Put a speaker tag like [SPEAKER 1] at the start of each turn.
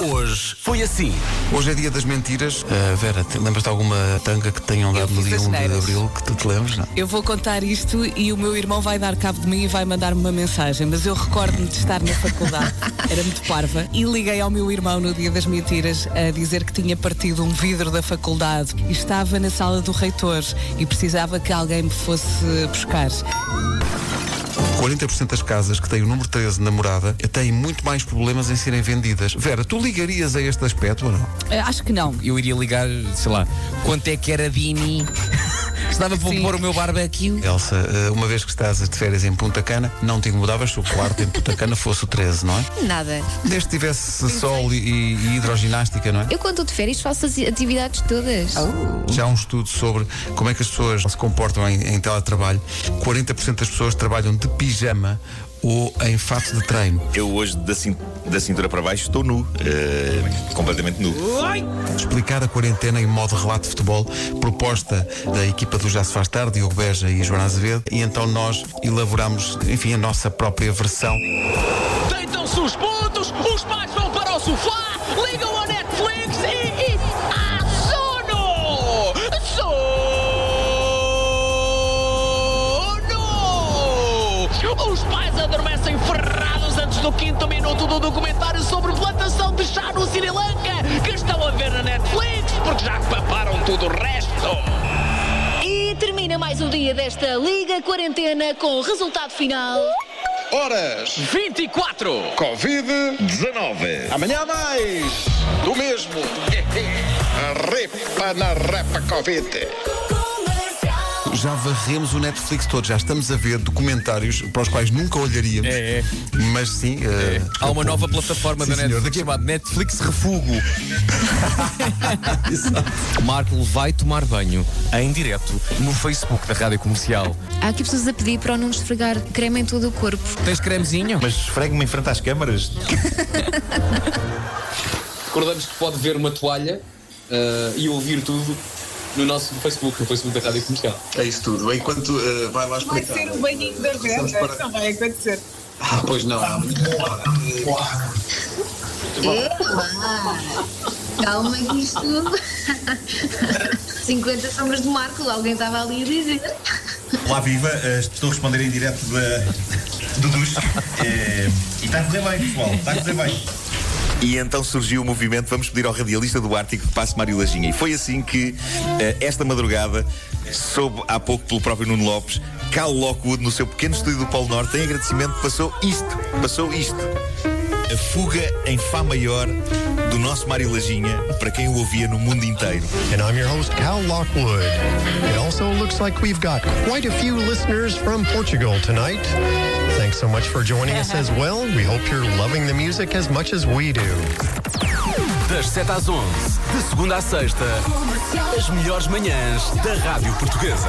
[SPEAKER 1] Hoje foi assim.
[SPEAKER 2] Hoje é dia das mentiras. Ah, Vera, te- lembras-te de alguma tanga que tenham dado no
[SPEAKER 3] fiz
[SPEAKER 2] dia
[SPEAKER 3] as
[SPEAKER 2] 1 de
[SPEAKER 3] neiras.
[SPEAKER 2] abril que tu te lembres? Não.
[SPEAKER 3] Eu vou contar isto e o meu irmão vai dar cabo de mim e vai mandar-me uma mensagem, mas eu recordo-me de estar na faculdade, era muito parva, e liguei ao meu irmão no dia das mentiras a dizer que tinha partido um vidro da faculdade e estava na sala do reitor e precisava que alguém me fosse buscar.
[SPEAKER 2] 40% das casas que têm o número 13 na morada têm muito mais problemas em serem vendidas. Vera, tu ligarias a este aspecto ou não?
[SPEAKER 3] Eh, Acho que não.
[SPEAKER 4] Eu iria ligar, sei lá, quanto é que era Dini? Se dava para
[SPEAKER 3] Sim.
[SPEAKER 4] pôr o meu barbecue?
[SPEAKER 2] Elsa, ah, uma vez que estás de férias em Punta Cana, não te incomodavas se o quarto em Punta Cana fosse o 13, não é?
[SPEAKER 5] Nada.
[SPEAKER 2] Desde que tivesse sol e, e hidroginástica, não é?
[SPEAKER 5] Eu quando estou de férias faço as atividades todas.
[SPEAKER 2] Já há um estudo sobre como é que as pessoas se comportam em, em teletrabalho. 40% das pessoas trabalham de pijama ou em fato de treino.
[SPEAKER 6] Eu hoje, da, cin- da cintura para baixo, estou nu. Eh, completamente nu.
[SPEAKER 2] Explicar a quarentena em modo relato de futebol, proposta da equipa do Já Se Faz Tarde, Diogo Beja e Joana Azevedo, e então nós elaboramos, enfim, a nossa própria versão.
[SPEAKER 7] Deitam-se os pontos, os pais vão para o sofá, ligam a Netflix e. e ah, sono! Sono! Os pais adormecem ferrados antes do quinto minuto do documentário sobre plantação de chá no Sri Lanka, que estão a ver na Netflix porque já paparam tudo o resto.
[SPEAKER 8] E termina mais um dia desta Liga Quarentena com o resultado final.
[SPEAKER 9] Horas
[SPEAKER 7] 24!
[SPEAKER 9] Covid-19. Amanhã mais do mesmo. Repa na rapa Covid.
[SPEAKER 2] Já varremos o Netflix todo, já estamos a ver documentários para os quais nunca olharíamos.
[SPEAKER 4] É, é.
[SPEAKER 2] Mas sim. eh,
[SPEAKER 4] Há uma nova plataforma
[SPEAKER 2] Sim,
[SPEAKER 4] da
[SPEAKER 2] senhor.
[SPEAKER 4] Netflix chamada Netflix Refugo. Marco vai tomar banho em direto no Facebook da Rádio Comercial.
[SPEAKER 5] Há aqui pessoas a pedir para eu não esfregar creme em todo o corpo.
[SPEAKER 4] Tens cremezinho?
[SPEAKER 6] Mas esfregue-me em frente às câmaras.
[SPEAKER 10] Recordamos que pode ver uma toalha ah, e ouvir tudo no nosso Facebook, no Facebook da Rádio Comercial.
[SPEAKER 11] É isso tudo. Enquanto eh, vai lá explicar.
[SPEAKER 3] um banhinho da
[SPEAKER 11] Vamos para-
[SPEAKER 3] não vai acontecer.
[SPEAKER 11] Ah, pois não.
[SPEAKER 8] Calma que isto. 50 sombras de Marco, alguém estava ali a dizer.
[SPEAKER 6] Lá viva, Eh, estou a responder em direto do duche. e está a correr bem, pessoal. Está a correr bem. E então surgiu o movimento Vamos pedir ao radialista do Ártico que passe Mário Lajinha. E foi assim que, eh, esta madrugada, soube há pouco pelo próprio Nuno Lopes, Cal Lockwood, no seu pequeno estúdio do Polo Norte, em agradecimento, passou isto. Passou isto. A fuga em Fá maior do nosso Mário Lajinha, para quem o ouvia no mundo inteiro.
[SPEAKER 9] And I'm your host, Cal Lockwood. It also looks like we've got quite a few listeners from Portugal tonight. Thanks so much for joining us as well. We hope you're loving the music as much as we do.
[SPEAKER 1] Das 7 às 11, de segunda à sexta, as melhores manhãs da Rádio Portuguesa.